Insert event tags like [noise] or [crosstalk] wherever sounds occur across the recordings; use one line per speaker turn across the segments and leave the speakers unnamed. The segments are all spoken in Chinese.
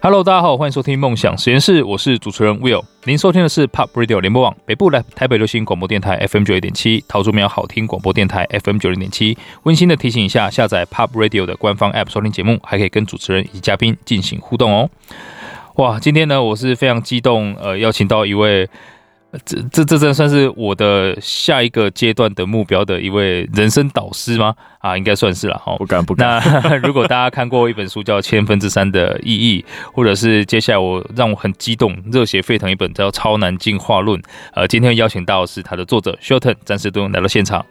Hello，大家好，欢迎收听梦想实验室，我是主持人 Will。您收听的是 Pop Radio 联播网北部来台北流行广播电台 FM 九一点七，桃竹苗好听广播电台 FM 九零点七。温馨的提醒一下，下载 Pop Radio 的官方 App 收听节目，还可以跟主持人以及嘉宾进行互动哦。哇，今天呢，我是非常激动，呃，邀请到一位。呃这这这真的算是我的下一个阶段的目标的一位人生导师吗？啊，应该算是了哈。
不敢不敢。
那 [laughs] 如果大家看过一本书叫《千分之三的意义》，或者是接下来我让我很激动、热血沸腾一本叫《超难进化论》，呃，今天邀请到的是他的作者 Shorten 詹士敦来到现场。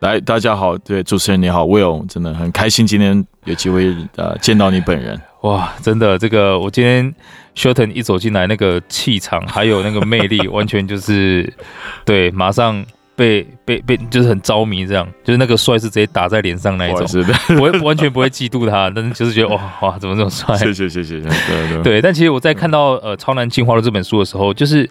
来，大家好，对主持人你好，Will，真的很开心今天有机会呃见到你本人。
哇，真的，这个我今天 Shorten 一走进来，那个气场还有那个魅
[laughs]
力，完全就是对，马上被被被就是很着迷，这样就是那个帅是直接打在脸上那一种，
是的，
不会完全不会嫉妒他，但是就是觉得哇哇怎么这么帅， [laughs]
谢谢谢谢，对对。
对，但其实我在看到
嗯
呃《超难进化论》这本书的时候，就是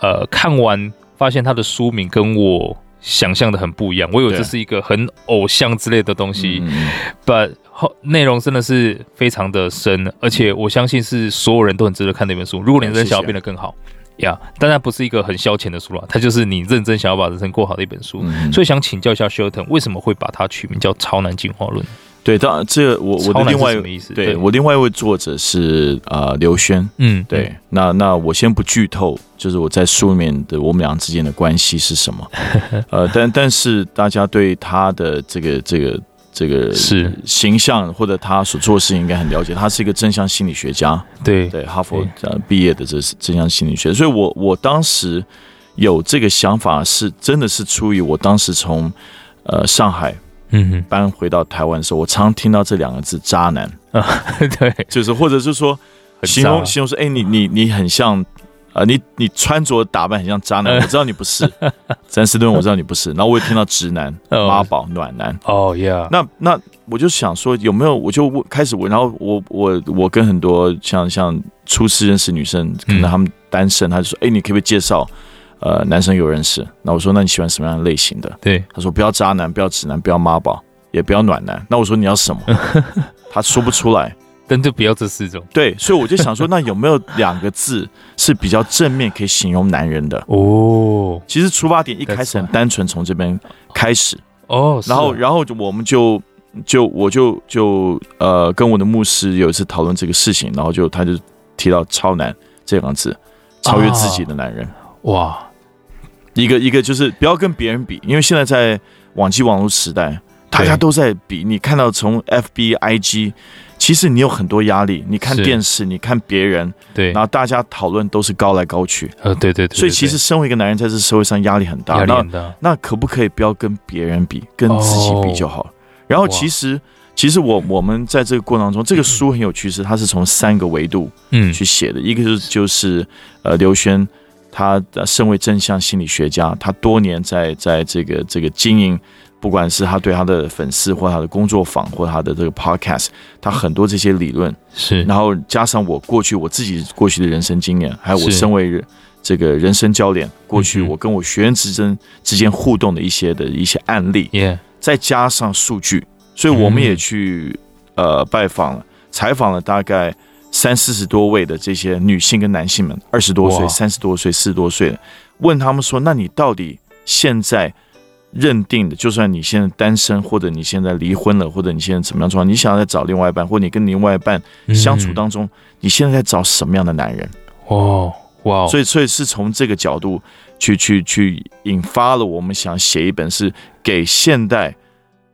呃看完发现它的书名跟我想象的很不一样，我以为
对
这是一个很偶像之类的东西
嗯，嗯
但后内容真的是非常的深，而且我相信是所有人都很值得看的一本书。如果你
嗯
真的想要
谢谢
变得更好呀，当然不是一个很消遣的书了，它就是你认真想要把人生过好的一本书。
嗯嗯
所以想请教一下 Shilton，为什么会把它取名叫《超难进化论》？
对，当然这个我我
超
的
难
另
是
外
什么意思？
对我另外一位作者是呃刘轩，
嗯，
对，那那我先不剧透，就是我在书里面的我们俩之间的关系是什
[laughs]
么，呃，但但是大家对他的这个这个这个
是
形象或者他所做的事情应该很了解，他是一个正向心理学家，
对
对哈佛呃毕业的这是正向心理学，所以我我当时有这个想法是真的是出于我当时从呃上海
嗯哼
搬回到台湾的时候，我常听到这两个字“渣男
对，”，
就是或者是说
很
形
渣
容形容说，哎、你你你很像。啊，你你穿着打扮很像渣
[laughs]
男，我知道你不是詹士顿，我知道你不是。然后我也听到直男、
哦
妈宝、暖男，
哦呀，
那那我就想说，有没有我就问开始问，然后我我我跟很多像像初次认识女生，可
嗯
能她们单身，她就说，哎、你可不可以介绍呃男生有认识？那我说，那你喜欢什么样的类型的？
对，
她说不要渣男，不要直男，不要妈宝，也不要暖男。那我说你要什么？她说不出来。
但就不要这四种
对，所以我就想说，那有没有两个字是比较正面可以形容男人的？
哦
其实出发点一开
That's
始
right
很单纯，从这边开始。
哦，是啊
然后，然后就我们就就我就就呃跟我的牧师有一次讨论这个事情，然后就他就提到“超男”这两个字，超越自
啊
己的男人。
哇，
一个一个就是不要跟别人比，因为现在在网际网络时代，大家
对
都在比。你看到从 FB、IG，其实你有很多压力。你看
是
电视，你看别人，
对
然，后大家讨论都是高来高去，
呃，对对对，
所以其实身为一个男人，在这社会上压力很大。
压力
那
很大，
那可不可以不要跟别人比，跟自己比就好了？然后其实，其实我我们在这个过程当中，这个书很有趣，是它是从三个维度
嗯，
去写的，一个就是就是呃刘轩。他呃身为正向心理学家，他多年在在这个这个经营，不管是他对他的粉丝，或他的工作坊，或他的这个 podcast，他很多这些理论，
是
然后加上我过去我自己过去的人生经验，还有我
是
身为这个人生教练，过
嗯
去
哼
我跟我学员之间之间互动的一些的一些案例，
耶，
再加上数据，所以我们
嗯
也去呃拜访了，采访了大概三四十多位的这些女性跟男性们，二十多
哇
岁、三十多岁、四十多岁的，问他们说：那你到底现在？认定的，就算你现在单身，或者你现在离婚了，或者你现在怎么样状况，你想要再找另外一半，或者你跟另外一半
嗯
相处当中，你现在在找什么样的男人？
哦哇，
所以，所以是从这个角度去去去引发了我们想写一本是给现代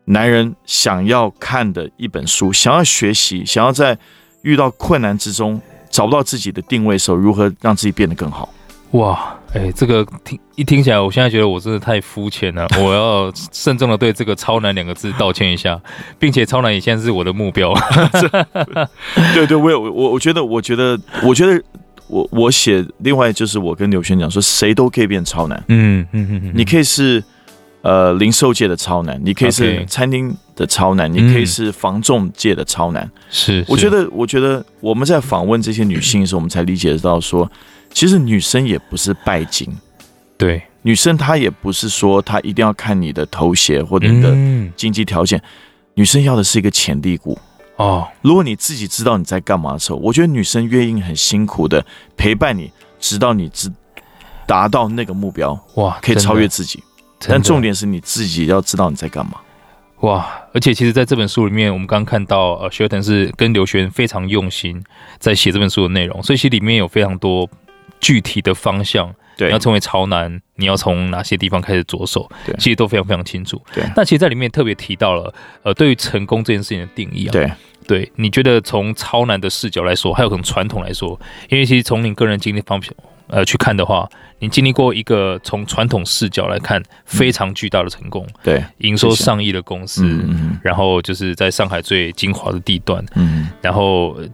男人想要看的一本书，想要学习，想要在遇到困难之中找不到自己的定位的时候，如何让自己变得更好。 [coughs]
哇，哎，这个听一听起来，我现在觉得我真的太肤浅了，我要 [laughs] 慎重的对这个“超难”两个字道歉一下，并且“超难”也现在是我的目标，
对对，我有我我觉得，我觉得，我觉得。我我写另外就是我跟刘轩讲说，谁都可以变超男，
嗯嗯嗯嗯，
你可以是呃零售界的超男，你可以是
OK 嗯
餐厅的超男，你可以是房仲界的超男。
是，
我
是
觉得，我觉得我们在访问这些女性的时候，我们才理解得到说，其实女生也不是拜金，
对，
女生她也不是说她一定要看你的头衔或者你的
嗯
经济条件，女生要的是一个潜力股。
哦，
如果你自己知道你在干嘛的时候，我觉得女生月经很辛苦的陪伴你，直到你知达到那个目标，
哇，
可
真
以
的
超越，自己。
真的
但重点是你自己要知道你在干嘛。
哇！而且其实，在这本书里面，我们刚刚看到，呃，学腾是跟刘璇非常用心在写这本书的内容，所以其实里面有非常多具体的方向。
对
你要成为潮男，你要从哪些地方开始着手
对？
其实都非常非常清楚。
对
那其实，在里面特别提到了，呃，对于成功这件事情的定义啊。
对
对，你觉得从超男的视角来说，还有从传统来说，因为其实从你个人经历方面，呃，去看的话，你经历过一个从传统视角来看非常巨大的成功，
对，
营收
嗯谢谢
上亿的公司，
嗯
然后就是在上海最精华的地段，
嗯嗯
然后呃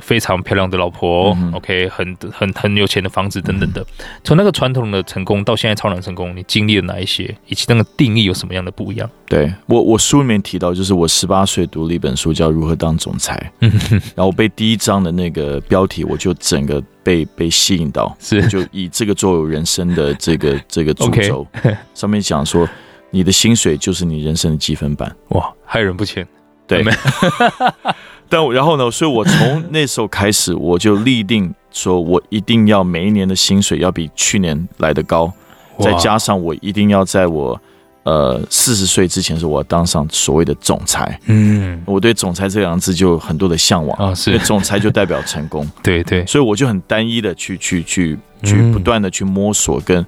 非常漂亮的老婆、
嗯哼嗯
o k 很很很有钱的房子等等的。从那个传统的成功到现在超男成功，你经历了哪一些，以及那个定义有什么样的不一样？
对我我书里面提到，就是我十八岁读了一本书叫《如何当总裁
嗯
[laughs]
哼》，
然后被第一章的那个标题我就整个被被吸引到，
是
就以这个作为人生的这个这个
OK
主轴。上面讲说，你的薪水就是你人生的积分板。
哇，害人不浅，
对
没，
但我然后呢，所以我 [laughs] 从那时候开始，我就立定说，我一定要每一年的薪水要比去年来的高，再
哇
加上我一定要在我呃四十岁之前的时候，我要当上所谓的总裁。
嗯
我对“总裁”这两个字就有很多的向往，
啊、
因
是
为总裁就代表成
[laughs]
功，
对对，
所以我就很单一的去去去去
嗯
不断的去摸索跟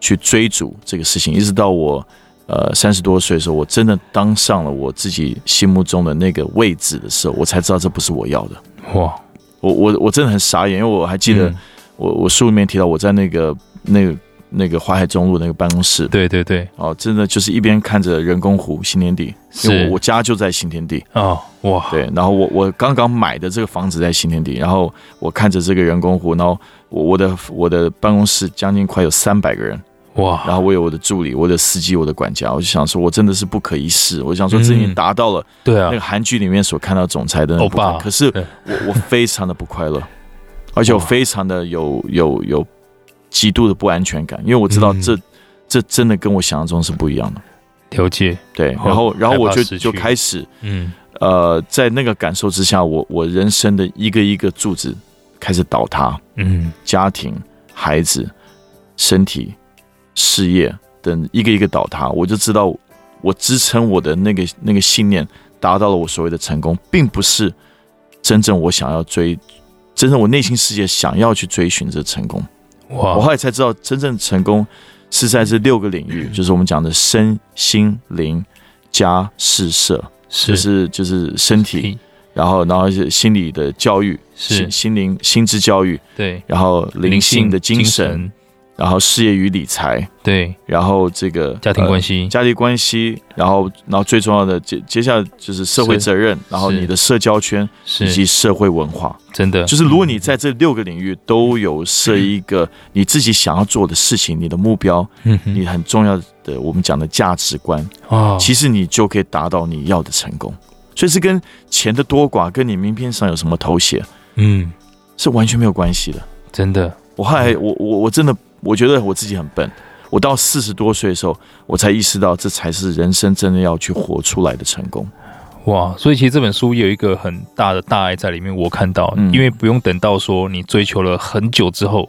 去追逐这个事情，一直到我呃三十多岁的时候，我真的当上了我自己心目中的那个位置的时候，我才知道这不是我要的。
嗯哇，
我我我真的很傻眼，因为我还记得
嗯
我、我书里面提到我在那个那个那个淮海中路那个办公室
对对对，
哦，真的就是一边看着人工湖新天地，因为
是
我我家就在新天地，
哦，哇，
对，然后我我刚刚买的这个房子在新天地，然后我看着这个人工湖，然后我我的我的办公室将近快有三百个人，
哇，
然后我有我的助理、我的司机、我的管家，我就想说，我真的是不可一世，我想说这已经
嗯
达到了
对啊
那个，韩剧里面所看到总裁的那
欧
种部分
巴
可是
对
我我非常的不快乐，而且我非常的有有有极度的不安全感，因为我知道
嗯
这、这真的跟我想象中是不一样的。
了解，
对，
哦
然后然后我
害怕
就
失去
就开始
嗯，
呃，在那个感受之下，我我人生的一个一个柱子开始倒塌，
嗯，
家庭、孩子、身体、事业等一个一个倒塌，我就知道我支撑我的那个那个信念达到了我所谓的成功，并不是真正我想要追，真正我内心世界想要去追寻这成功。我
哇，
后来才知道，真正成功是在这六个领域，就是我们讲的身心灵加事社，就是是就是身体，然后然后是心理的教育，
是
心心灵心智教育，
对
然后灵性的精
精
神，，然后事业与理财，
对
然后这个
家庭关
系、
系，
家庭关系，然后然后最重要的接接下来就是嗯社会
是
责任，然后你的社交圈以及
是
社会文化，
真的，
就是如果你在这六个领域都有设一个你自己想要做的事情，你的目标，
嗯哼
你很重要的我们讲的价值观，
哦，
其实你就可以达到你要的成功。所以是跟钱的多寡跟你名片上有什么头衔
嗯，
是完全没有关系的。
真的，
我后来我我我真的我觉得我自己很笨。我到四十多岁的时候，我才意识到这才是人生真的要去活出来的成功。
哇，所以其实这本书也有一个很大的大爱在里面，我看到，
嗯
因为不用等到说你追求了很久之后，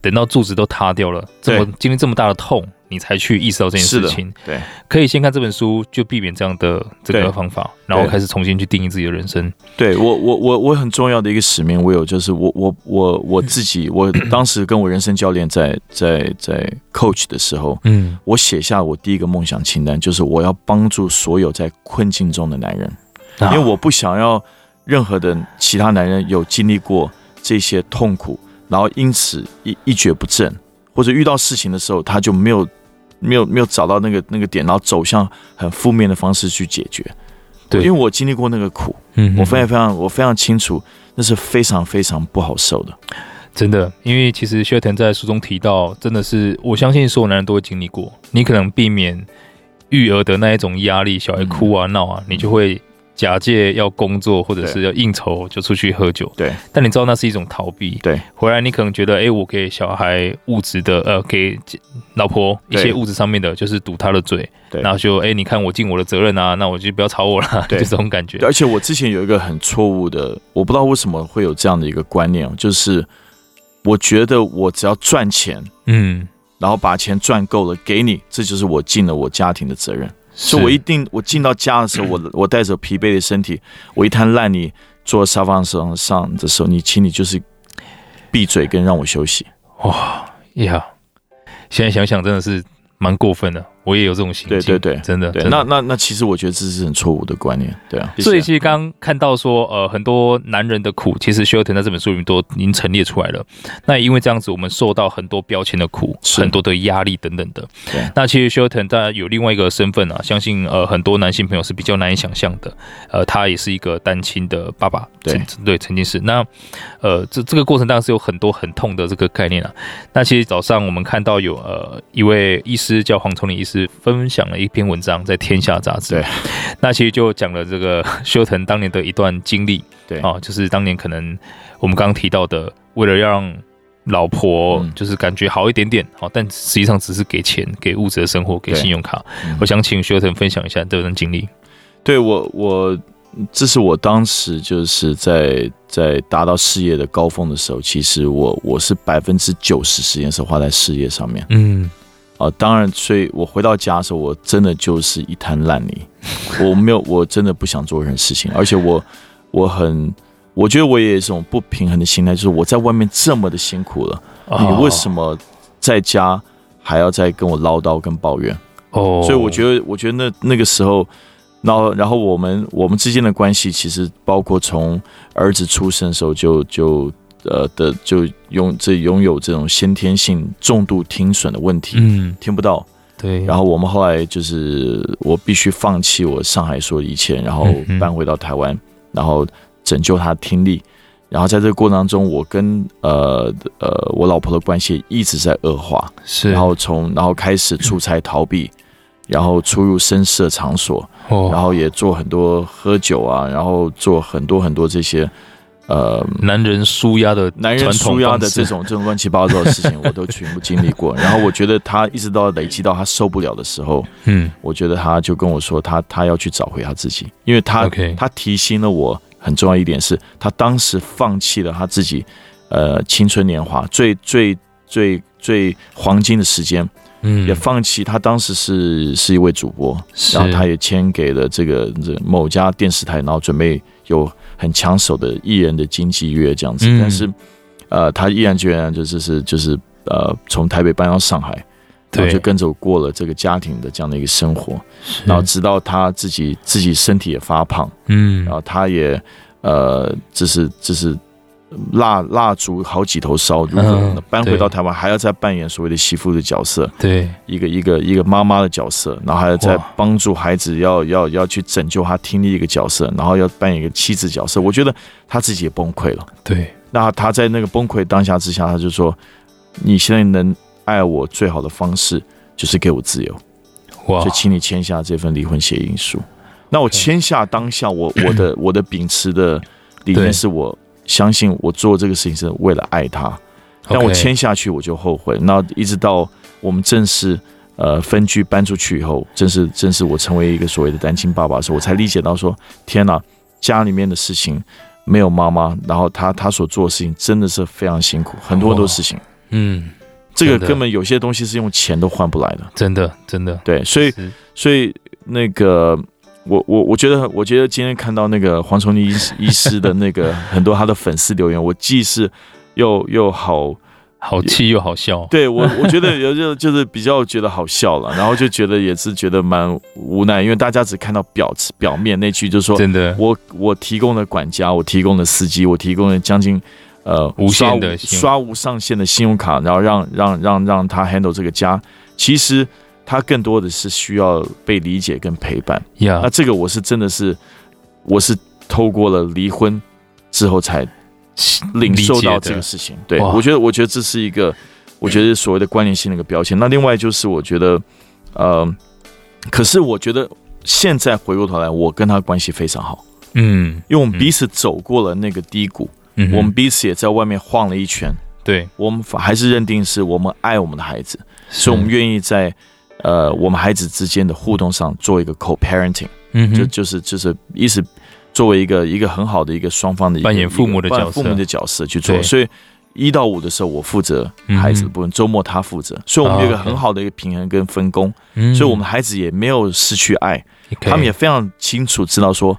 等到柱子都塌掉了，这么经历这么大的痛，你才去意识到这件
是
事
的
情。
对
可以先看这本书，就避免这样的这个
对
方法，然后
对
开始重新去定义自己的人生。
对我我我我很重要的一个使命，我有就是我我我我自己，我当时跟我人生教练在在在 coach 的时候，
嗯，
我写下我第一个梦想清单，就是我要帮助所有在困境中的男人。
因
因为我不想要任何的其他男人有经历过这些痛苦，然后因此一一蹶不振，或者遇到事情的时候他就没有没有没有找到那个那个点，然后走向很负面的方式去解决。
对
因为我经历过那个苦，
嗯
我非常非常我非常清楚，那是非常非常不好受的。
真的，因为其实薛腾在书中提到，真的是我相信所有男人都会经历
嗯
过。你可能避免育儿的那一种压力，小孩哭啊闹啊，你就会假借要工作或者是
对
要应酬就出去喝酒，
对
但你知道那是一种逃避。
对，
回来你可能觉得，哎、我给小孩物质的，呃，给老婆一
对
些物质上面的，就是堵她的嘴，
对
然后就，哎、你看我尽我的责任啊，那我就不要吵我了， [laughs] 就
对
这种感觉
对。而且我之前有一个很错误的，我不知道为什么会有这样的一个观念，哦就是我觉得我只要赚钱，
嗯，
然后把钱赚够了给你，这就是我尽了我家庭的责任。
是
所以我一定，我进到家的时候，我我带着疲惫的身体，我一滩烂泥坐沙发上上的时候，你请你就是闭嘴跟让我休息。
呀，现在想想真的是蛮过分的，我也有这种心境，
对对对
真的，
对，
真的
那那那其实我觉得这是很错误的观念。对啊，
所以其实刚刚看到说，呃，很多男人的苦，其实休特在这本书里面都已经陈列出来了。那因为这样子，我们受到很多标签的苦，
是
很多的压力等等的
对。
那其实休特他有另外一个身份啊，相信呃很多男性朋友是比较难以想象的。呃，他也是一个单亲的爸爸，
对
曾对，曾经是那呃这这个过程当然是有很多很痛的这个概念啊。那其实早上我们看到有呃一位医师叫黄崇林医师分享了一篇文章在《天下》杂志
对，
那其实就讲了这个 [laughs] 修腾当年的一段经历，
对
啊，就是当年可能我们刚刚提到的，为了让老婆
嗯
就是感觉好一点点，好、但实际上只是给钱、给物质的生活、给
对
信用卡。
嗯
我想请修腾分享一下这段经历。
对我我这是我当时就是在在达到事业的高峰的时候，其实我我是百分之九十时间是花在事业上面
嗯，
啊、当然，所以我回到家的时候，我真的就是一滩烂泥，我没有，我真的不想做任何事情，而且我我很。我觉得我也有一种不平衡的心态，就是我在外面这么的辛苦了，
哦啊
你为什
么？
么在家还要再跟我唠叨跟抱怨？
哦，
所以我觉得，我觉得那那个时候，然后然后我们我们之间的关系，其实包括从儿子出生的时候就就呃的就拥这拥有这种先天性重度听损的问题，
嗯，
听不到。
对，
然后我们后来就是我必须放弃我上海说的一切，然后
嗯嗯
搬回到台湾，然后拯救他的听力。然后在这个过程当中，我跟呃呃我老婆的关系一直在恶化，
是，
然后从然后开始出差逃避，然后出入声色场所，
哦，
然后也做很多喝酒啊，然后做很多很多这些呃
男人舒压的
男人
传统
舒压的
方式
这种这种乱七八糟的事情，我都全部经历 [laughs] 过。然后我觉得他一直到累积到他受不了的时候，
嗯，
我觉得他就跟我说他他要去找回他自己，因为他
OK
他提醒了我很重要一点是，他当时放弃了他自己呃青春年华最最最最黄金的时间。
嗯
也放弃。他当时是是一位主播，
是
然后他也签给了这个这某家电视台，然后准备有很抢手的艺人的经纪约这样子。
嗯
但是，呃，他毅然决然就是是就是呃，从台北搬到上海，然
对
后就跟着我过了这个家庭的这样的一个生活。
是
然后直到他自己自己身体也发胖，
嗯
然后他也呃，这是这是。蜡蜡烛好几头烧，如何
嗯
搬回到
对
台湾还要再扮演所谓的媳妇的角色？
对
一个一个一个妈妈的角色，然后还要在
哇
帮助孩子要要要去拯救他听力一个角色，然后要扮演一个妻子角色。我觉得他自己也崩溃了。
对
那他在那个崩溃当下之下，他就说：“你现在能爱我最好的方式就是给我自由，
哇
就请你签下这份离婚协议书。”那我
OK
签下当下，我我的我的秉持的理
对
念是我相信我做这个事情是为了爱他，但我
OK
签下去我就后悔。那一直到我们正式呃分居搬出去以后，正式正式我成为一个所谓的单亲爸爸的时候，我才理解到说，天哪，家里面的事情没有妈妈，然后他他所做的事情真的是非常辛苦，很多很多事情，
嗯，
这个
真的
根本有些东西是用钱都换不来的。
真的真的，
对，所以
是
所以那个。我我我觉得，我觉得今天看到那个黄崇宁医师 [laughs] 医师的那个很多他的粉丝留言，我既是又又好
好气又好笑。
对我，我觉得有就就是比较觉得好笑了，然后就觉得也是觉得蛮无奈，因为大家只看到表表面那句，就是说
真的，
我我提供了管家，我提供了司机，我提供了将近呃
无限的信用
刷无刷无上限的信用卡，然后让让让让他 handle 这个家，其实他更多的是需要被理解跟陪伴。
呀
那这个我是真的是我是透过了离婚之后才领受到这个事情。对，
哇
我觉得，我觉得这是一个，我觉得所谓的关联性的一个标签。那另外就是，我觉得，呃，可是我觉得现在回过头来，我跟他关系非常好，
嗯
因为我们彼此走过了那个低谷，
嗯哼，
我们彼此也在外面晃了一圈，
对，
我们反还是认定是我们爱我们的孩子，所以我们愿意在呃我们孩子之间的互动上做一个 co-parenting，、
嗯哼
就就是就是意思作为一个一个很好的一个双方的一个
扮演父母的
一个扮
角
演
色
父母的角色去做，
对
所以。一到五的时候，我负责
嗯
孩子的部分，周末他负责，所以我们有一个
哦
很好的一个平衡跟分工，
嗯
所以我们孩子也没有失去爱，
OK
他们也非常清楚知道说，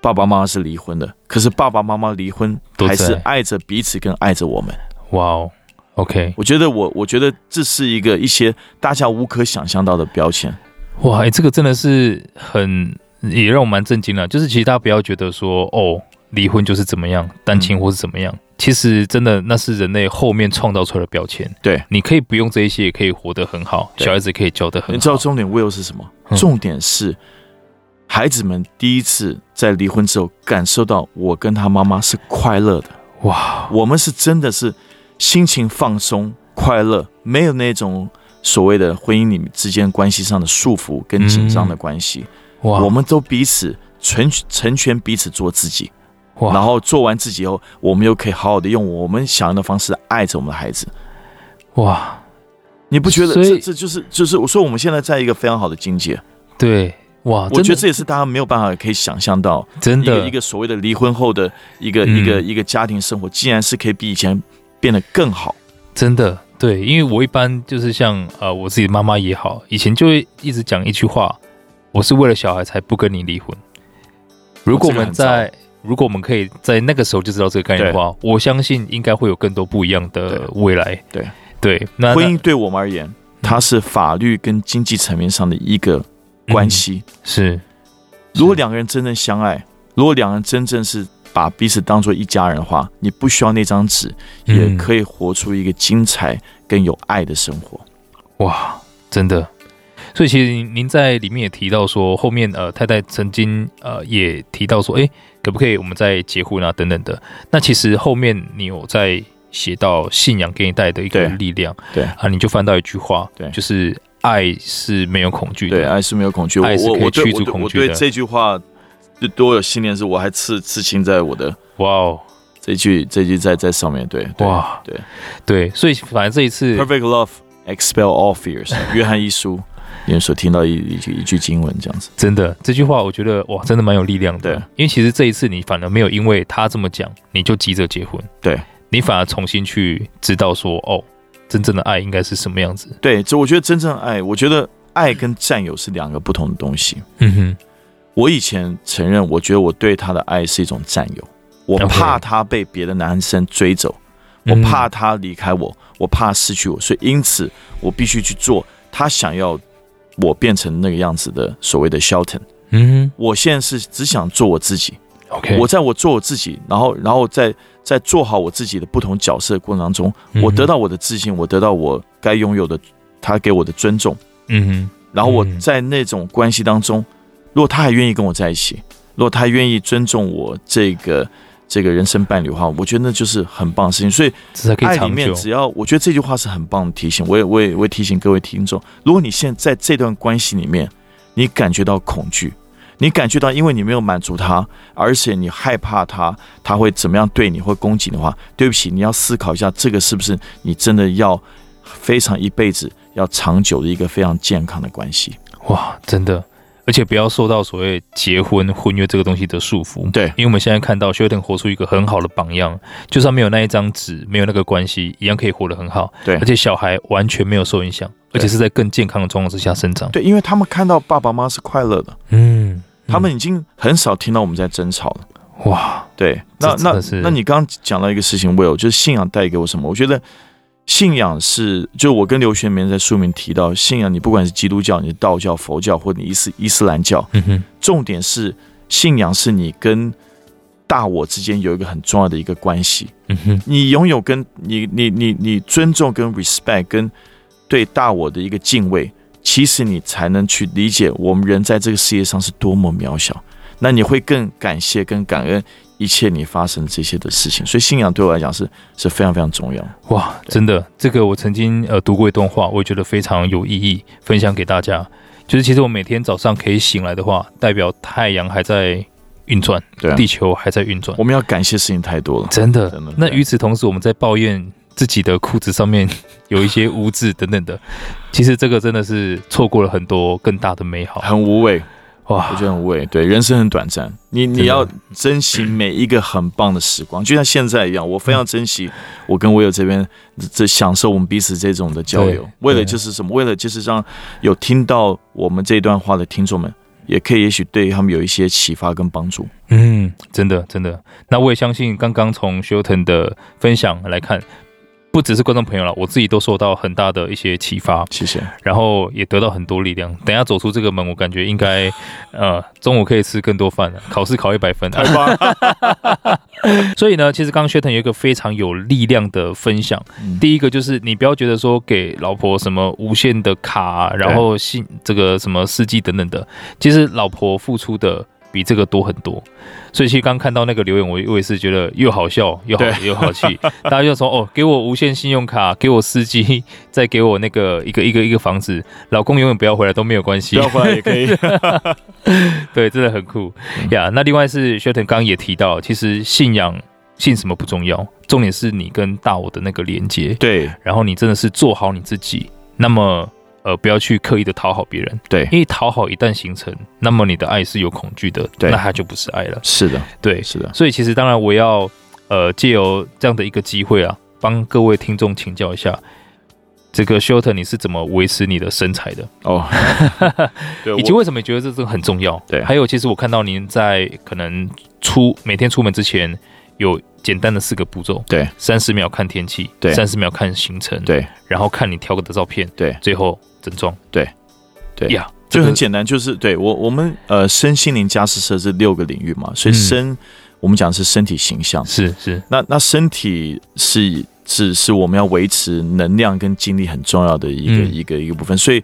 爸爸妈妈是离婚的，可是爸爸妈妈离婚
都在
还是爱着彼此，跟爱着我们。
哇哦，OK，
我觉得我，我觉得这是一个一些大家无可想象到的标签。
哇，哎、这个真的是很也让我蛮震惊了。就是其实大家不要觉得说哦，离婚就是怎么样，单
嗯
亲或是怎么样，其实真的那是人类后面创造出来的标签。
对，
你可以不用这一些，也可以活得很好，
对
小孩子可以教得很好。
你知道重点 will 是什么？
嗯
重点是孩子们第一次在离婚之后感受到我跟他妈妈是快乐的，
哇，
我们是真的是心情放松、快乐，没有那种所谓的婚姻里面之间关系上的束缚跟紧张的关系。
嗯哇，
我们都彼此成成全彼此做自己，
哇，
然后做完自己以后，我们又可以好好的用我们想要的方式爱着我们的孩子。
哇，
你不觉得
所以
这这就是就是我说我们现在在一个非常好的境界？
对，哇，
我
啊真
觉
的
得这也是大家没有办法可以想象到
真
一个
的
一个所谓的离婚后的一个
嗯
一个一个家庭生活，竟然是可以比以前变得更好。
真的对，因为我一般就是像呃我自己的妈妈也好，以前就会一直讲一句话，我是为了小孩才不跟你离婚。如果我们在、如果我们可以在那个时候就知道这个概念的话，我相信应该会有更多不一样的
对
未来。
对
对，那
婚姻对我们而言，它是法律跟经济层面上的一个关、系。
那嗯是
如果两个人真正相爱，如果两人真正是把彼此当做一家人的话，你不需要那张纸，也可
以、
以活出一个精彩跟有爱的生活。
嗯哇，真的。所以其实您在里面也提到说，后面呃太太曾经呃也提到说，哎，可不可以我们再结婚啊等等的。那其实后面你有在写到信仰给你带的一个
对
力量，
对
啊，你就翻到一句话，
对
就是爱是没有恐惧的，
对，爱是没有恐惧。我
爱是
我
可以
我对
驱
我
逐
对
恐
我
惧
对
的
这句话就多有信念，是我还刺刺青在我的
哇哦，
这句这句在在上面。对，对
哇，
对
对，所以反正这一次
，Perfect love expel
[laughs]
all fears，约翰一书。你们所听到一一句一句经文这样子，
真的这句话，我觉得哇，真的蛮有力量的。
对
因为其实这一次你反而没有因为他这么讲，你就急着结婚，
对
你反而重新去知道说，哦，真正的爱应该是什么样子。
对，这我觉得真正爱，我觉得爱跟占有是两个不同的东西。
嗯哼，
我以前承认，我觉得我对他的爱是一种占有，我
OK
怕他被别的男生追走，我
嗯
怕他离开我，我怕失去我，所以因此我必须去做他想要我变成那个样子的所谓的 Shelton。
嗯
我现在是只想做我自己，
哼，OK，
我在我做我自己，然后然后在在做好我自己的不同角色的过程当中，
嗯哼
我得到我的自信，我得到我该拥有的他给我的尊重。
嗯
然后我
嗯
在那种关系当中，如果他还愿意跟我在一起，如果他愿意尊重我这个这个人生伴侣的话，我觉得那就是很棒的事情。所以
哼，这才可以
爱里
长
面，
久。
只要我觉得这句话是很棒的提醒，我也我也我也提醒各位听众，如果你现在在这段关系里面，你感觉到恐惧。你感觉到，因为你没有满足他，而且你害怕他，他会怎么样对你，会攻击你的话，对不起，你要思考一下，这个是不是你真的要非常一辈子、要长久的一个非常健康的关系？
哇，真的，而且不要受到所谓结婚婚约这个东西的束缚。
对
因为我们现在看到 Sheldon 活出一个很好的榜样，就算没有那一张纸，没有那个关系，一样可以活得很好。
对
而且小孩完全没有受影响，而
对
且是在更健康的状况之下生长。
对，因为他们看到爸爸妈妈是快乐的，
嗯，
他们已经很少听到我们在争吵了。
哇，
对，
这
那
真
那
的是
那你刚刚讲到一个事情，Will，就是信仰带给我什么？我觉得信仰是，就我跟刘学明在书里面提到，信仰你不管是基督教、你是道教、佛教，或者你伊斯伊斯兰教，
嗯哼，
重点是信仰是你跟大我之间有一个很重要的一个关系。
嗯哼，
你拥有跟你你你你尊重跟 respect 跟对大我的一个敬畏，其实你才能去理解我们人在这个世界上是多么渺小。那你会更感谢跟感恩一切你发生这些的事情。所以信仰对我来讲是是非常非常重要。
哇，真的，这个我曾经呃读过一段话，我也觉得非常有意义，分享给大家。就是其实我每天早上可以醒来的话，代表太阳还在运转，
对啊
地球还在运转，
我们要感谢事情太多了。
真的。
真的
那
对
与此同时，我们在抱怨自己的裤子上面有一些污渍等等的，其实这个真的是错过了很多更大的美好。
很无畏，我
哇
觉，得很无畏。对，人生很短暂，你
真
你
的
要珍惜每一个很棒的时光，就像现在一样，我非常珍惜我跟我友这边这享受我们彼此这种的交流
对。
为了
对
就是什么？为了就是让有听到我们这段话的听众们，也可以也许对他们有一些启发跟帮助。
嗯，真的真的。那我也相信，刚刚从 Shilton 的分享来看，不只是观众朋友了，我自己都受到很大的一些启发。
谢谢。
然后也得到很多力量。等一下走出这个门，我感觉应该，呃，中午可以吃更多饭了。考试考一百分，啊
[laughs]
所以呢，其实刚刚 Sheldon 有一个非常有力量的分享。
嗯
第一个就是你不要觉得说给老婆什么无限的卡，然后信这个什么司机等等的，其实老婆付出的。比这个多很多，所以其实刚看到那个留言，我我也是觉得又好笑又好又好气。大家就说哦，给我无限信用卡，给我司机，再给我那个一个一个一个房子，老公永远不要回来都没有关系。
不要回来也可以。
[laughs] 对，真的很酷呀。那另外是 Sheldon 刚刚也提到，其实信仰信什么不重要，重点是你跟大我的那个连接，
[laughs] 对
然后你真的是做好你自己，那么呃不要去刻意的讨好别人，
[laughs] 对，
因为讨好一旦形成，那么你的爱是有恐惧的，
对
那它就不是爱了。
是的，
对，
是的，
所以其实当然我要呃借由这样的一个机会啊，帮各位听众请教一下。这个 Shorter，你是怎么维持你的身材的？
哦， [laughs] 对，
以及为什么你觉得这这个很重要？
呃对
还有其实我看到您在可能出每天出门之前有简单的四个步骤，
对，
三十秒看天气，
对
三十秒看行程，，
对
然后看你挑的照片，
对
最后整装，
对对
呀，这
就
个
很简单，就是对我我们呃身心灵加施设这六个领域嘛，所
嗯
以身、我们讲的是身体形象，
是是，
那那身体是是是我们要维持能量跟精力很重要的一个、
嗯
一个一个部分，所以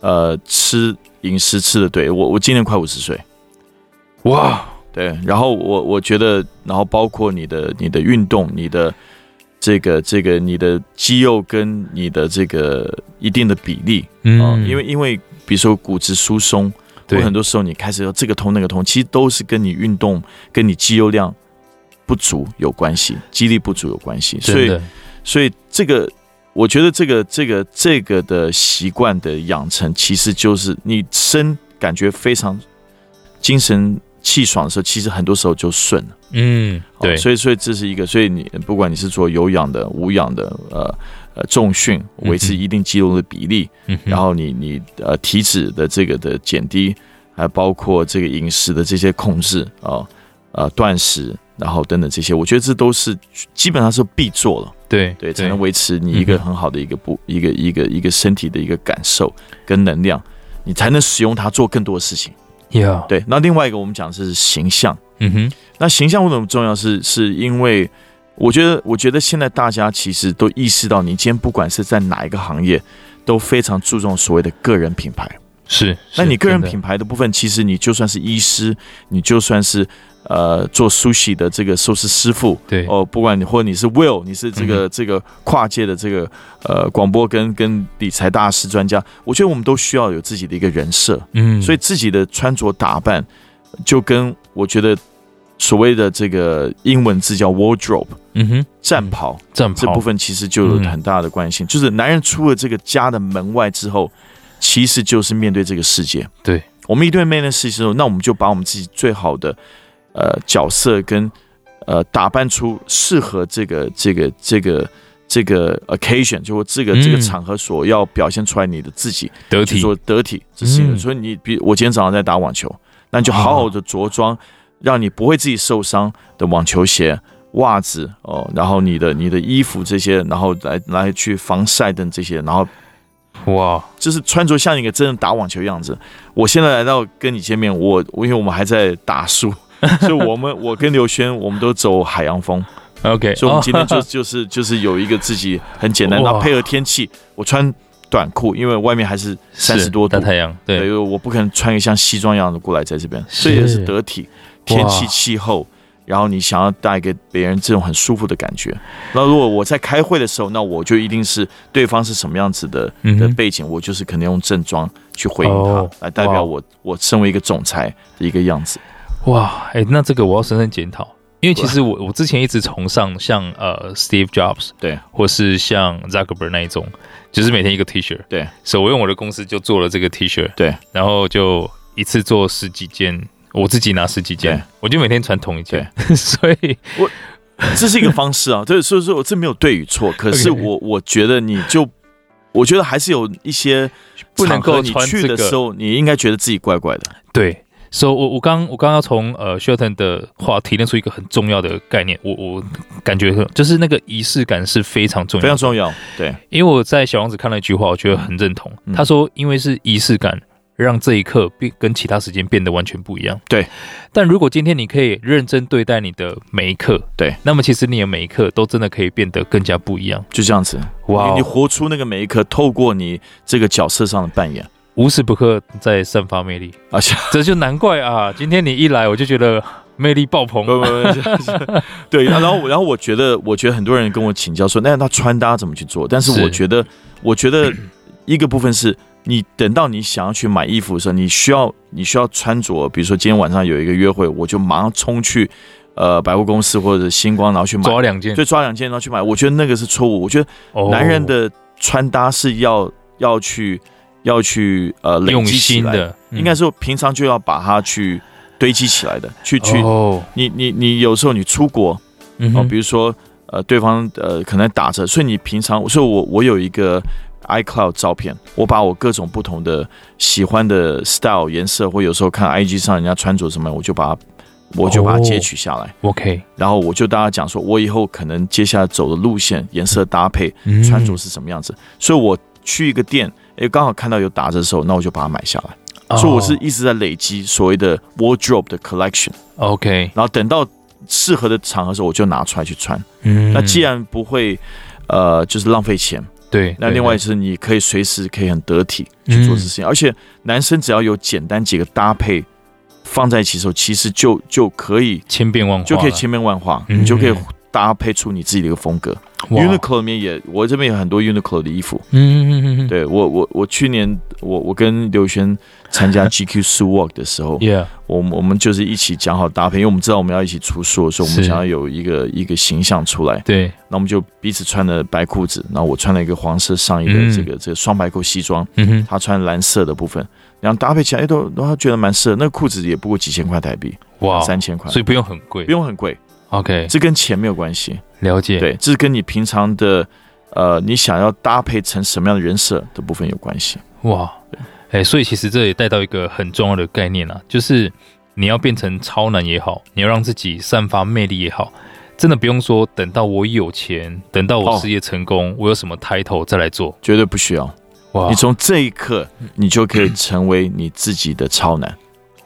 呃吃饮食吃的对我我今年快五十岁，
哇，
对，然后我我觉得，然后包括你的你的运动，你的这个这个你的肌肉跟你的这个一定的比例啊、
嗯，
因为因为比如说骨质疏松，或
对
很多时候你开始要这个痛那个痛，其实都是跟你运动跟你肌肉量不足有关系，肌力不足有关系，所
真
以
的，
所以这个，我觉得这个这个这个的习惯的养成，其实就是你身感觉非常精神气爽的时候，其实很多时候就顺了。
嗯，
哦
对，
所以所以这是一个，所以你不管你是做有氧的、无氧的，呃呃重训，维持一定肌肉的比例，
嗯哼
然后你你呃体脂的这个的减低，还包括这个饮食的这些控制啊呃断食，然后等等这些，我觉得这都是基本上是必做了。
对
对，才能维持你一个
嗯哼
很好的一个不、一个一个一个身体的一个感受跟能量，你才能使用它做更多的事情。
呀，
对，那另外一个我们讲的是形象，
嗯哼，
那形象为什么重要是？是因为我觉得，我觉得现在大家其实都意识到，你今天不管是在哪一个行业，都非常注重所谓的个人品牌。
是，
那
是
你个人，
真的
品牌的部分，其实你就算是医师，你就算是呃做 sushi 的这个寿司师傅，
对，嗯
哦，不管你或者你是 Will，你是这个、这个跨界的这个呃广播跟跟理财大师专家，我觉得我们都需要有自己的一个人设，
嗯，
所以自己的穿着打扮就跟我觉得所谓的这个英文字叫 wardrobe
嗯哼，
战袍、
战袍
这部分其实就有
嗯
很大的关系，就是男人出了这个家的门外之后，其实就是面对这个世界。
对，
我们一对面对世界之后，那我们就把我们自己最好的呃角色跟呃打扮出适合这个这个这个这个 occasion，就这个这个
嗯
场合所要表现出来你的自己，
得
去
体，
做得体这是一个
嗯哦
所以你比我今天早上在打网球，那你就好好的着装，让你不会自己受伤的网球鞋、袜子哦，然后你的你的衣服这些，然后来来去防晒等这些，然后
哇，
就是穿着像一个真的打网球样子。我现在来到跟你见面，我我因为我们还在打书，所以我们我跟刘轩我们都走海洋风，
OK，
所以我们今
[laughs]
天就
哦
就是就是有一个自己很简单，
哇
然后配合天气，我穿短裤，因为外面还是三十
是
多度
大，太阳，
对，因
对，
为我不可能穿一个像西装一样的过来在这边，
是
所以也是得体。天气
哇
气候，然后你想要带给别人这种很舒服的感觉。那如果我在开会的时候，那我就一定是对方是什么样子的
嗯
的
哼
背景，我就是可能用正装去回应
哦
他，来代
哇
表我我身为一个总裁的一个样
[laughs]
子。
哇，哎、那这个我要深深检讨，因为其实我我之前一直崇尚像呃 Steve Jobs
对，
或是像 Zuckerberg 那一种，就是每天一个 T 恤，
对，
所以我用我的公司就做了这个 T 恤，
对，
然后就一次做十几件，我自己拿十几件
对，
我就每天穿同一件， [laughs] 所以
这是一个方式啊，对，所以说我这没有对与
[laughs]
错，可是
OK
我我觉得你就，我觉得还是有一些
不能够
场合
穿
你去
这
的
个
时候，你应该觉得自己怪怪的，
对。所、以，我我刚我刚要从呃 Shelton 的话提炼出一个很重要的概念，我我感觉就是那个仪式感是非常重要
非
的
常重要。对，
因为我在小王子看了一句话，我觉得很认同。
嗯
他说，因为是仪式感，让这一刻变跟其他时间变得完全不一样。
对。
但如果今天你可以认真对待你的每一刻，
对，
那么其实你的每一刻都真的可以变得更加不一样。
就这样子。
哇
你你
哦，
活出那个每一刻，透过你这个角色上的扮演，啊
无时不刻在散发魅力，
而
[laughs]
且
这就难怪啊！今天你一来，我就觉得魅力爆棚。
不不不，对，然后我然后我觉得，我觉得很多人跟我请教说，那他穿搭怎么去做？但
是
是我觉得，我觉得一个部分是你等到你想要去买衣服的时候，你需要你需要穿着，比如说今天晚上有一个约会，我就马上冲去呃百货公司或者星光，然后去买，
抓两件
就，抓两件然后去买。我觉得那个是错误。我觉得
哦
男人的穿搭是要要去要去呃累
用
积起
心嗯
来，
的，
应该
是
说平常就要把它去堆积起来的，去去。
哦，
你你你有时候你出国
嗯
哦，
哼
比如说呃对方呃可能打折，所以你平常，所以我我有一个 iCloud 照片，我把我各种不同的喜欢的 style 颜色，或有时候看 IG 上人家穿着什么，我就把它我就把它
哦
截取下来，
OK，
然后我就大家讲说，我以后可能接下来走的路线、颜色搭配、
嗯
穿着是什么样子，所以我去一个店。诶，刚好看到有打折的时候，那我就把它买下来。所以我是
哦
一直在累积所谓的 wardrobe 的 collection。
哦 OK，
然后等到适合的场合的时候，我就拿出来去穿。
嗯
那既然不会，呃，就是浪费钱，
对，
那
对嗯
另外
对
是你可以随时可以很得体去做这事情，而且男生只要有简单几个搭配放在一起的时候，其实就就可以
千变万化了，
就可以千变万化，
嗯
你就可以搭配出你自己的一个风格。
哇
Uniqlo 里面也，我这边有很多 Uniqlo 的衣服。
嗯嗯嗯嗯嗯，
对我我我去年我我跟刘轩参加 GQ s u Walk 的时候，
，Yeah，
我们我们就是一起讲好搭配，因为我们知道我们要一起出书的时候，我们
是
想要有一个一个形象出来，
对，
那我们就彼此穿了白裤子，然后我穿了一个黄色上衣
嗯
的这个、这个双排扣西装，
嗯哼，
他穿蓝色的部分，然后搭配起来，哎，都都他觉得蛮适合。那个裤子也不过几千块台币，
哇，
三千块，
所以不用很贵，
不用很贵，
OK，
这跟钱没有关系，
了解，，
对，这是跟你平常的呃你想要搭配成什么样的人设的部分有关系。
哇，哎，所以其实这也带到一个很重要的概念啊，就是你要变成超男也好，你要让自己散发魅力也好。真的不用说，等到我有钱，等到我
哦
事业成功，我有什么 title 再来做。
绝对不需要，
哇
你从这一刻，你就可以成为你自己的超男。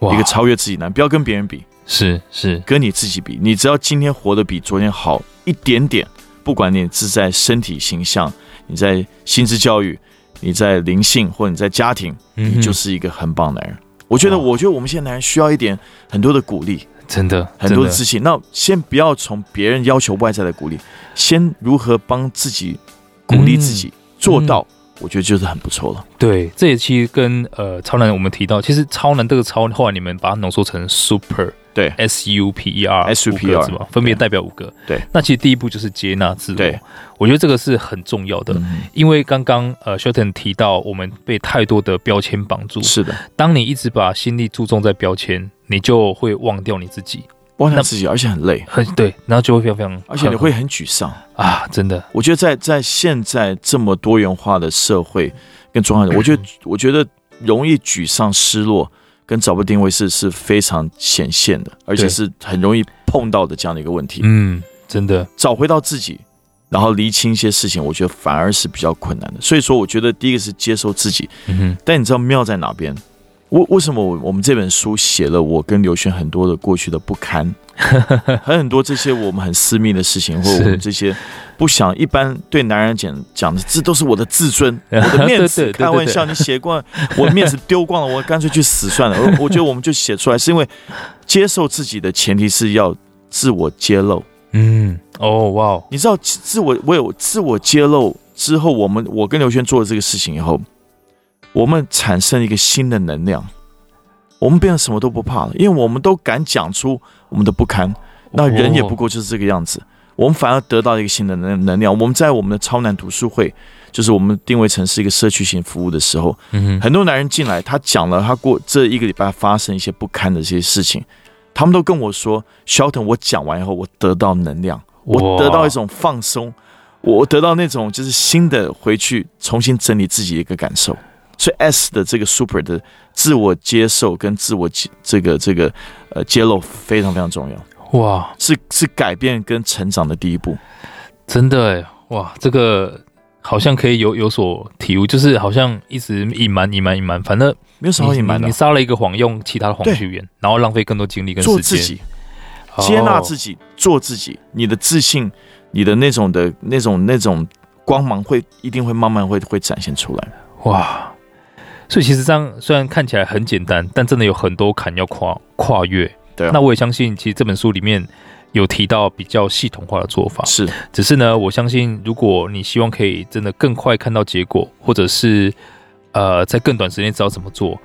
哇
一个超越自己难，不要跟别人比，
是是，
跟你自己比。你只要今天活得比昨天好一点点，不管你是在身体形象、你在心智教育、你在灵性或者你在家庭，
嗯哼
你就是一个很棒的男人。我觉得，
哇
我觉得我们现在男人需要一点很多的鼓励，
真的
很多
真
的自信。那先不要从别人要求外在的鼓励，先如何帮自己鼓励自己、
嗯
做到，我觉得就是很不错了。
对，这一期跟呃超男我们提到，其实超男这个超后来你们把它浓缩成 super
对
S U P E R
SUPER
是吧？分别代表五个。
对，
那其实第一步就是接纳自我
对，
我觉得这个是很重要的，
嗯，
因为刚刚呃 Shelton 提到我们被太多的标签绑住，
是的，
当你一直把心力注重在标签，你就会忘掉你自己，
忘了
那
自己，而且很累，
很对，然后就会非常非常，
而且你会很沮丧。
啊，真的
我觉得在在现在这么多元化的社会跟状况下，我觉得我觉得容易沮丧、失落跟找不定位是是非常显现的，而且是很容易碰到的这样的一个问题。
嗯，真的
找回到自己，然后厘清一些事情，我觉得反而是比较困难的。所以说，我觉得第一个是接受自己，
嗯哼
但你知道妙在哪边？为为什么我我们这本书写了我跟刘轩很多的过去的不堪，还有很多这些我们很私密的事情，或者
是
我们这些不想一般对男人讲讲的，这都是我的自尊，我的面
对
子。
对对对对
开玩笑，你写光，我面子丢光了，我干脆去死算了。我我觉得我们就写出来，是因为接受自己的前提是要自我揭露。
[laughs] 嗯，哦，哇哦，
你知道自自我我有自我揭露之后，我们我跟刘轩做了这个事情以后，我们产生一个新的能量，我们变得什么都不怕了，因为我们都敢讲出我们的不堪。那人
哦
也不过就是这个样子，我们反而得到一个新的能能量。我们在我们的超男读书会，就是我们定位成是一个社区型服务的时候，
嗯哼，
很多男人进来，他讲了他过这一个礼拜发生一些不堪的这些事情，他们都跟我说，Shelton，我讲完以后，我得到能量，我得到一种放松，我得到那种就是新的回去重新整理自己的一个感受。所以 S 的这个 Super 的自我接受跟自我接这个这个呃揭露非常非常重要，
哇，
是是改变跟成长的第一步。
真的哎，哇，这个好像可以有有所体悟，就是好像一直隐瞒、隐瞒、隐瞒，反正
没有什么好隐瞒
你
的
你，撒了一个谎，用其他的谎
对
去圆，然后浪费更多精力跟时
做
间，哦
自己。接纳自
己，
己，做自己，你的自信，你的那种的那种那种光芒会一定会慢慢会会展现出来。
哦哇。所以其实这样虽然看起来很简单，但真的有很多坎要跨跨越。
对啊
那我也相信，其实这本书里面有提到比较系统化的做法，
是
只是呢，我相信，如果你希望可以真的更快看到结果，或者是呃，在更短时间知道怎么做，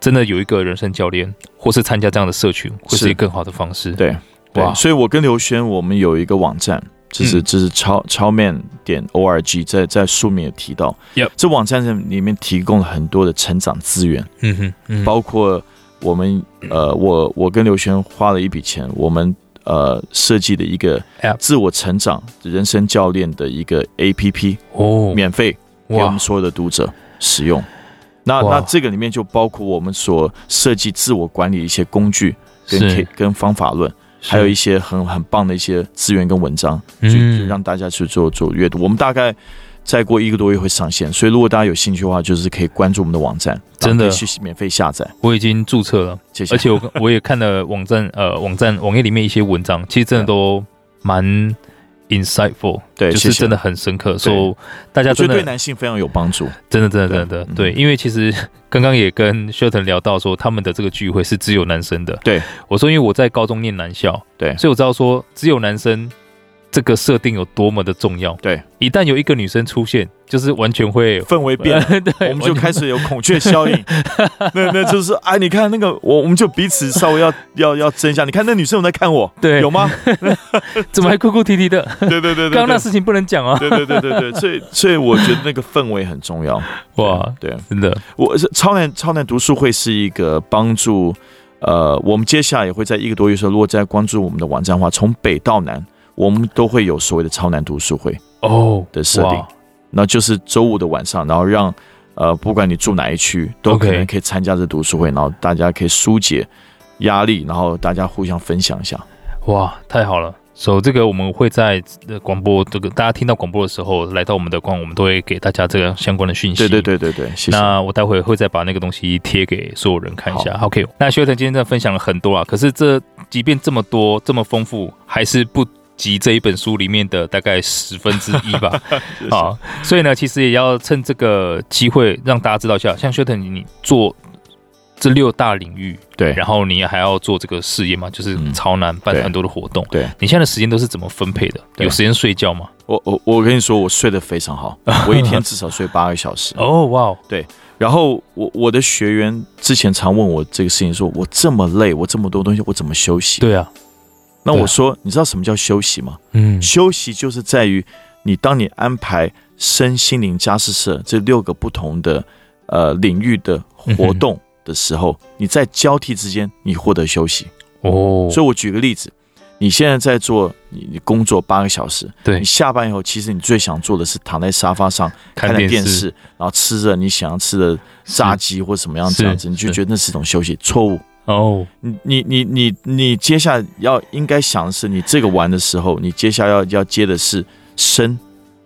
真的有一个人生教练，或是参加这样的社群，会是
是
一个更好的方式。
对
哇
对，所以我跟刘轩我们有一个网站，就是
嗯
这是超超 man 点 org，在在书里面也提到
Yep
这网站上里面提供了很多的成长资源，
嗯哼，嗯，
包括我们呃，我我跟刘轩花了一笔钱，我们呃设计的一个
App
自我成长人生教练的一个 APP，
哦，
免费。给我
哇
们，所有的读者使用。那
哇
那这个里面就包括我们所设计自我管理一些工具跟
是
K- 跟方法论，
是
还有一些很很棒的一些资源跟文章，就就
嗯，
让大家去做做阅读。我们大概再过一个多月会上线，所以如果大家有兴趣的话，就是可以关注我们的网站，
真的
然后可以去免费下载。
我已经注册了，
谢谢。
而且我我也看了网站，呃，网站网页里面一些文章，其实真的都蛮 insightful，
对，
就
谢
是
谢
真的，很深刻，所
对
以大家
我觉
真
得
的
对男性非常有帮助。
真的，真的，真的，
对嗯
对，因为其实 [laughs] 刚刚也跟 Shelton 聊到说，他们的这个聚会是只有男生的。
对，
我说因为我在高中念男校，
对
所以我知道说只有男生这个设定有多么的重要。
对，
一旦有一个女生出现，就是完全会
氛围 [laughs] 变了，
[laughs] 对，
我们就
完全
开始有孔雀效
[laughs]
应，那那就是哎，你看那个我，我们就彼此稍微要要要争一下。你看那女生有在看我，
对 [laughs]
有吗？
怎么还哭哭啼啼的？
[laughs] 对对对对，
刚刚那
对
事情不能讲啊！
对对对对对，所以所以我觉得那个氛围很重要。
哇，
对
真的，
我是超男超男读书会是一个帮助，呃，我们接下来也会在一个多月的时候，如果再关注我们的网站的话，从北到南，我们都会有所谓的超男读书会。
哦
的设定
哇
那就是周五的晚上，然后让呃，不管你住哪一区，都可
OK
能可以参加这读书会，然后大家可以疏解压力，然后大家互相分享一下。
哇，太好了！所、so, 这个我们会在呃广播这个大家听到广播的时候，来到我们的官网，我们都会给大家这个相关的讯息。
对对对对对，谢谢。
那我待会会再把那个东西贴给所有人看一下。
好
OK，那修腾今天真的分享了很多啊，可是这即便这么多这么丰富，还是不及这一本书里面的大概十分之一吧。
[laughs] 谢谢
好，所以呢，其实也要趁这个机会让大家知道一下，像修腾你做这六大领域，
对
然后你还要做这个事业嘛，就是
嗯
超难办
对
很多的活动。
对
你现在的时间都是怎么分配的？
对
有时间睡觉吗？
我我我跟你说，我睡得非常好，我一天至少睡八个小时。
哦，哇哦，
[laughs] 然后我我的学员之前常问我这个事情说，我这么累，我这么多东西，我怎么休息？
对啊，
那
对啊
我说，你知道什么叫休息吗？
嗯，
休息就是在于你当你安排身心灵加湿社这六个不同的呃领域的
嗯
活动的时候，你在交替之间你获得休息。
哦，
所以我举个例子，你现在在做你你工作八个小时，
对
你下班以后，其实你最想做的是躺在沙发上
看
着
电
电
视
视，然后吃着你想要吃的炸鸡或什么样这样
是
子，你就是觉得那是一种休息。错误，
哦，
你你你你你接下来要应该想的是，你这个玩的时候，你接下来要要接的是身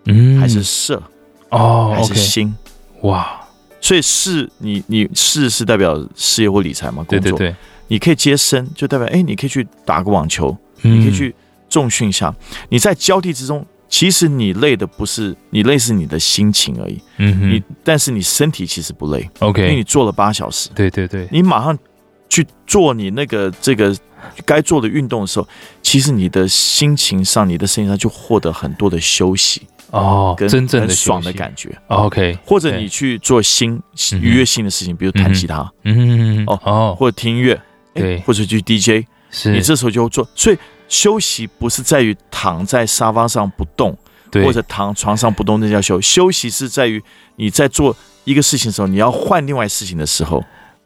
嗯，
还是色、
哦
还是
，OK，
心。
哇，
所以是你你是是代表事业或理财嘛？工
对
作，
对对，
你可以接身，就代表哎，你可以去打个网球，
你
你可以去重训一下。你在交替之中，其实你累的不是你累是你的心情而已，
嗯哼，
你但是你身体其实不累，因为
OK，
你做了八小时，
对对对，
你马上去做你那个这个该做的运动的时候，其实你的心情上、你的身体上就获得很多的休息，
哦，
跟
真正
很
的
爽的
休息
感觉。
哦，OK，
或者你去做新
嗯哼
愉悦性的事情，比如弹吉他，
嗯
哦
哦，
或者听音乐，哎
对
或者去 DJ，
是，
你这时候就做。所以休息不是在于躺在沙发上不动，
对
或者躺床上不动，那叫休。休息是在于你在做一个事情的时候，你要换另外事情的时候，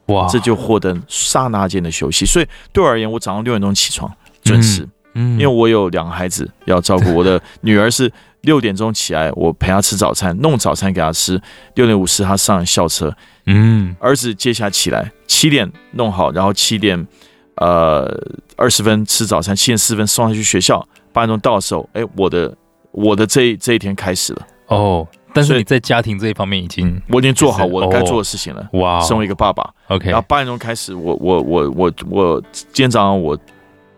哇，
这就获得刹那间的休息。所以对我而言，我早上六点钟起床，准时，
嗯，
因为我有两个孩子要照顾，我的女儿是六点钟起来，我陪她吃早餐，弄早餐给她吃，六点五十她上校车，
嗯
儿子接下起来，七点弄好，然后七点呃二十分吃早餐，七点四十分送他去学校，八点钟到的时候，哎，我的我的这一这一天开始了，
哦，但是
所以
你在家庭这一方面已经
我已经做好
就是
我该做的事情了。
哇哦
身为一个爸爸，
，OK，
然后八点钟开始，我我我我我今天早上我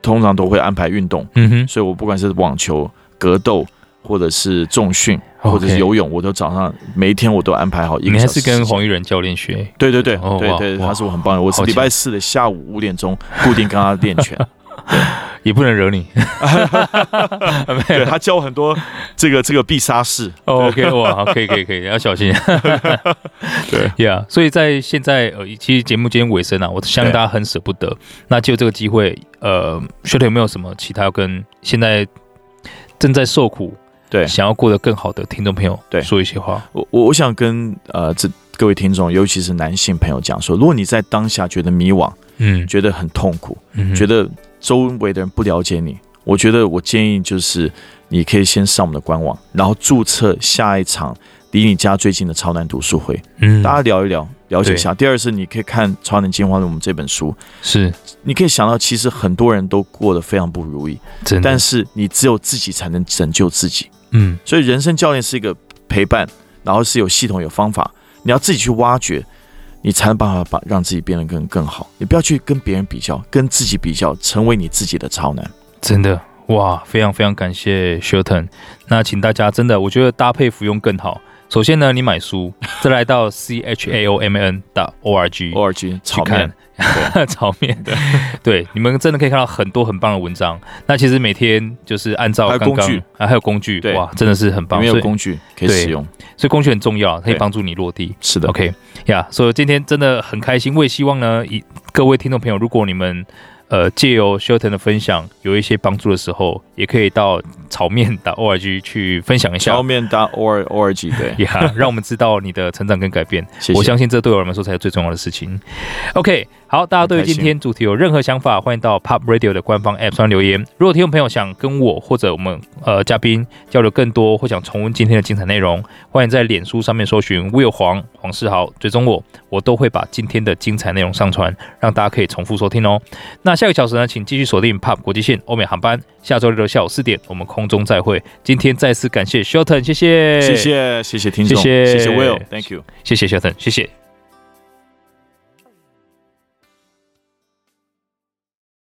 通常都会安排运动，
嗯哼，
所以我不管是网球、格斗，或者是重训，或者是
OK
游泳，我都早上每一天我都安排好一
你
个小
还
时
是
时间。
跟黄玉仁教练学
对对对
哦
对
哇
对，
哇
他是我很棒的。我是
好
礼
强
拜四的下午五点钟固定跟他练
[laughs]
拳，
也不能惹
[laughs]
你没
对
有
他教我很多这个这个必杀式。
哦，OK，哇，好可以可以可以，要小心。
对
，Yeah，所以在现在呃，其实节目接近尾声啊，我相信
对
大家很舍不得。那就这个机会，呃，学特有没有什么其他要跟现在正在受苦、
对
想要过得更好的听众朋友
对
说一些话？
我我我想跟呃这各位听众，尤其是男性朋友讲说，如果你在当下觉得迷惘，
嗯，
觉得很痛苦，
嗯
觉得周围的人不了解你，我觉得我建议就是你可以先上我们的官网，然后注册下一场离你家最近的超男读书会，
嗯
大家聊一聊，了解一下。第二是你可以看《超能进化论》我们这本书，
是
你可以想到，其实很多人都过得非常不如意，
真的，
但是你只有自己才能拯救自己。
嗯
所以，人生教练是一个陪伴，然后是有系统、有方法，你要自己去挖掘，你才能办法把让自己变得更更好。你不要去跟别人比较，跟自己比较，成为你自己的超男。
真的哇，非常非常感谢 Shilton。那请大家真的，我觉得搭配服用更好。首先呢，你买书，再来到 c h a o m n 的 o r g
偶尔去
去
炒面
看， [laughs] 炒面，对，你们真的可以看到很多很棒的文章。那其实每天就是按照
还有
刚
工
刚
具
啊，还有工具，
对
哇，真的是很
里
棒。
面
所
有
以
工具可以使用。
所以工具很重要，可以
对
帮助你落地。
是的
OK 呀、所以今天真的很开心，我也希望呢，以各位听众朋友，如果你们呃借由 Shilton 的分享有一些帮助的时候，也可以到炒面打 org 去分享一下
炒。面搭 or org 对，
呀让我们知道你的成长跟改变。
谢
我
谢。
相信这对我们来说才是最重要的事情。OK，好，大家对于
很开心
今天主题有任何想法，欢迎到 Pop Radio 的官方 App 上留言。如果听众朋友想跟我或者我们呃嘉宾交流更多，或想重温今天的精彩内容，欢迎在脸书上面搜寻 Will 黄黄世豪，追踪我，我都会把今天的精彩内容上传，让大家可以重复收听哦。那下个小时呢，请继续锁定 Pop 国际线欧美航班，下周六的下午四点我们空中再会。今天再次感谢 Shilton，谢谢，
谢，谢谢谢听众，
谢谢
谢谢 Will，Thank you。
谢谢 Shilton，谢谢。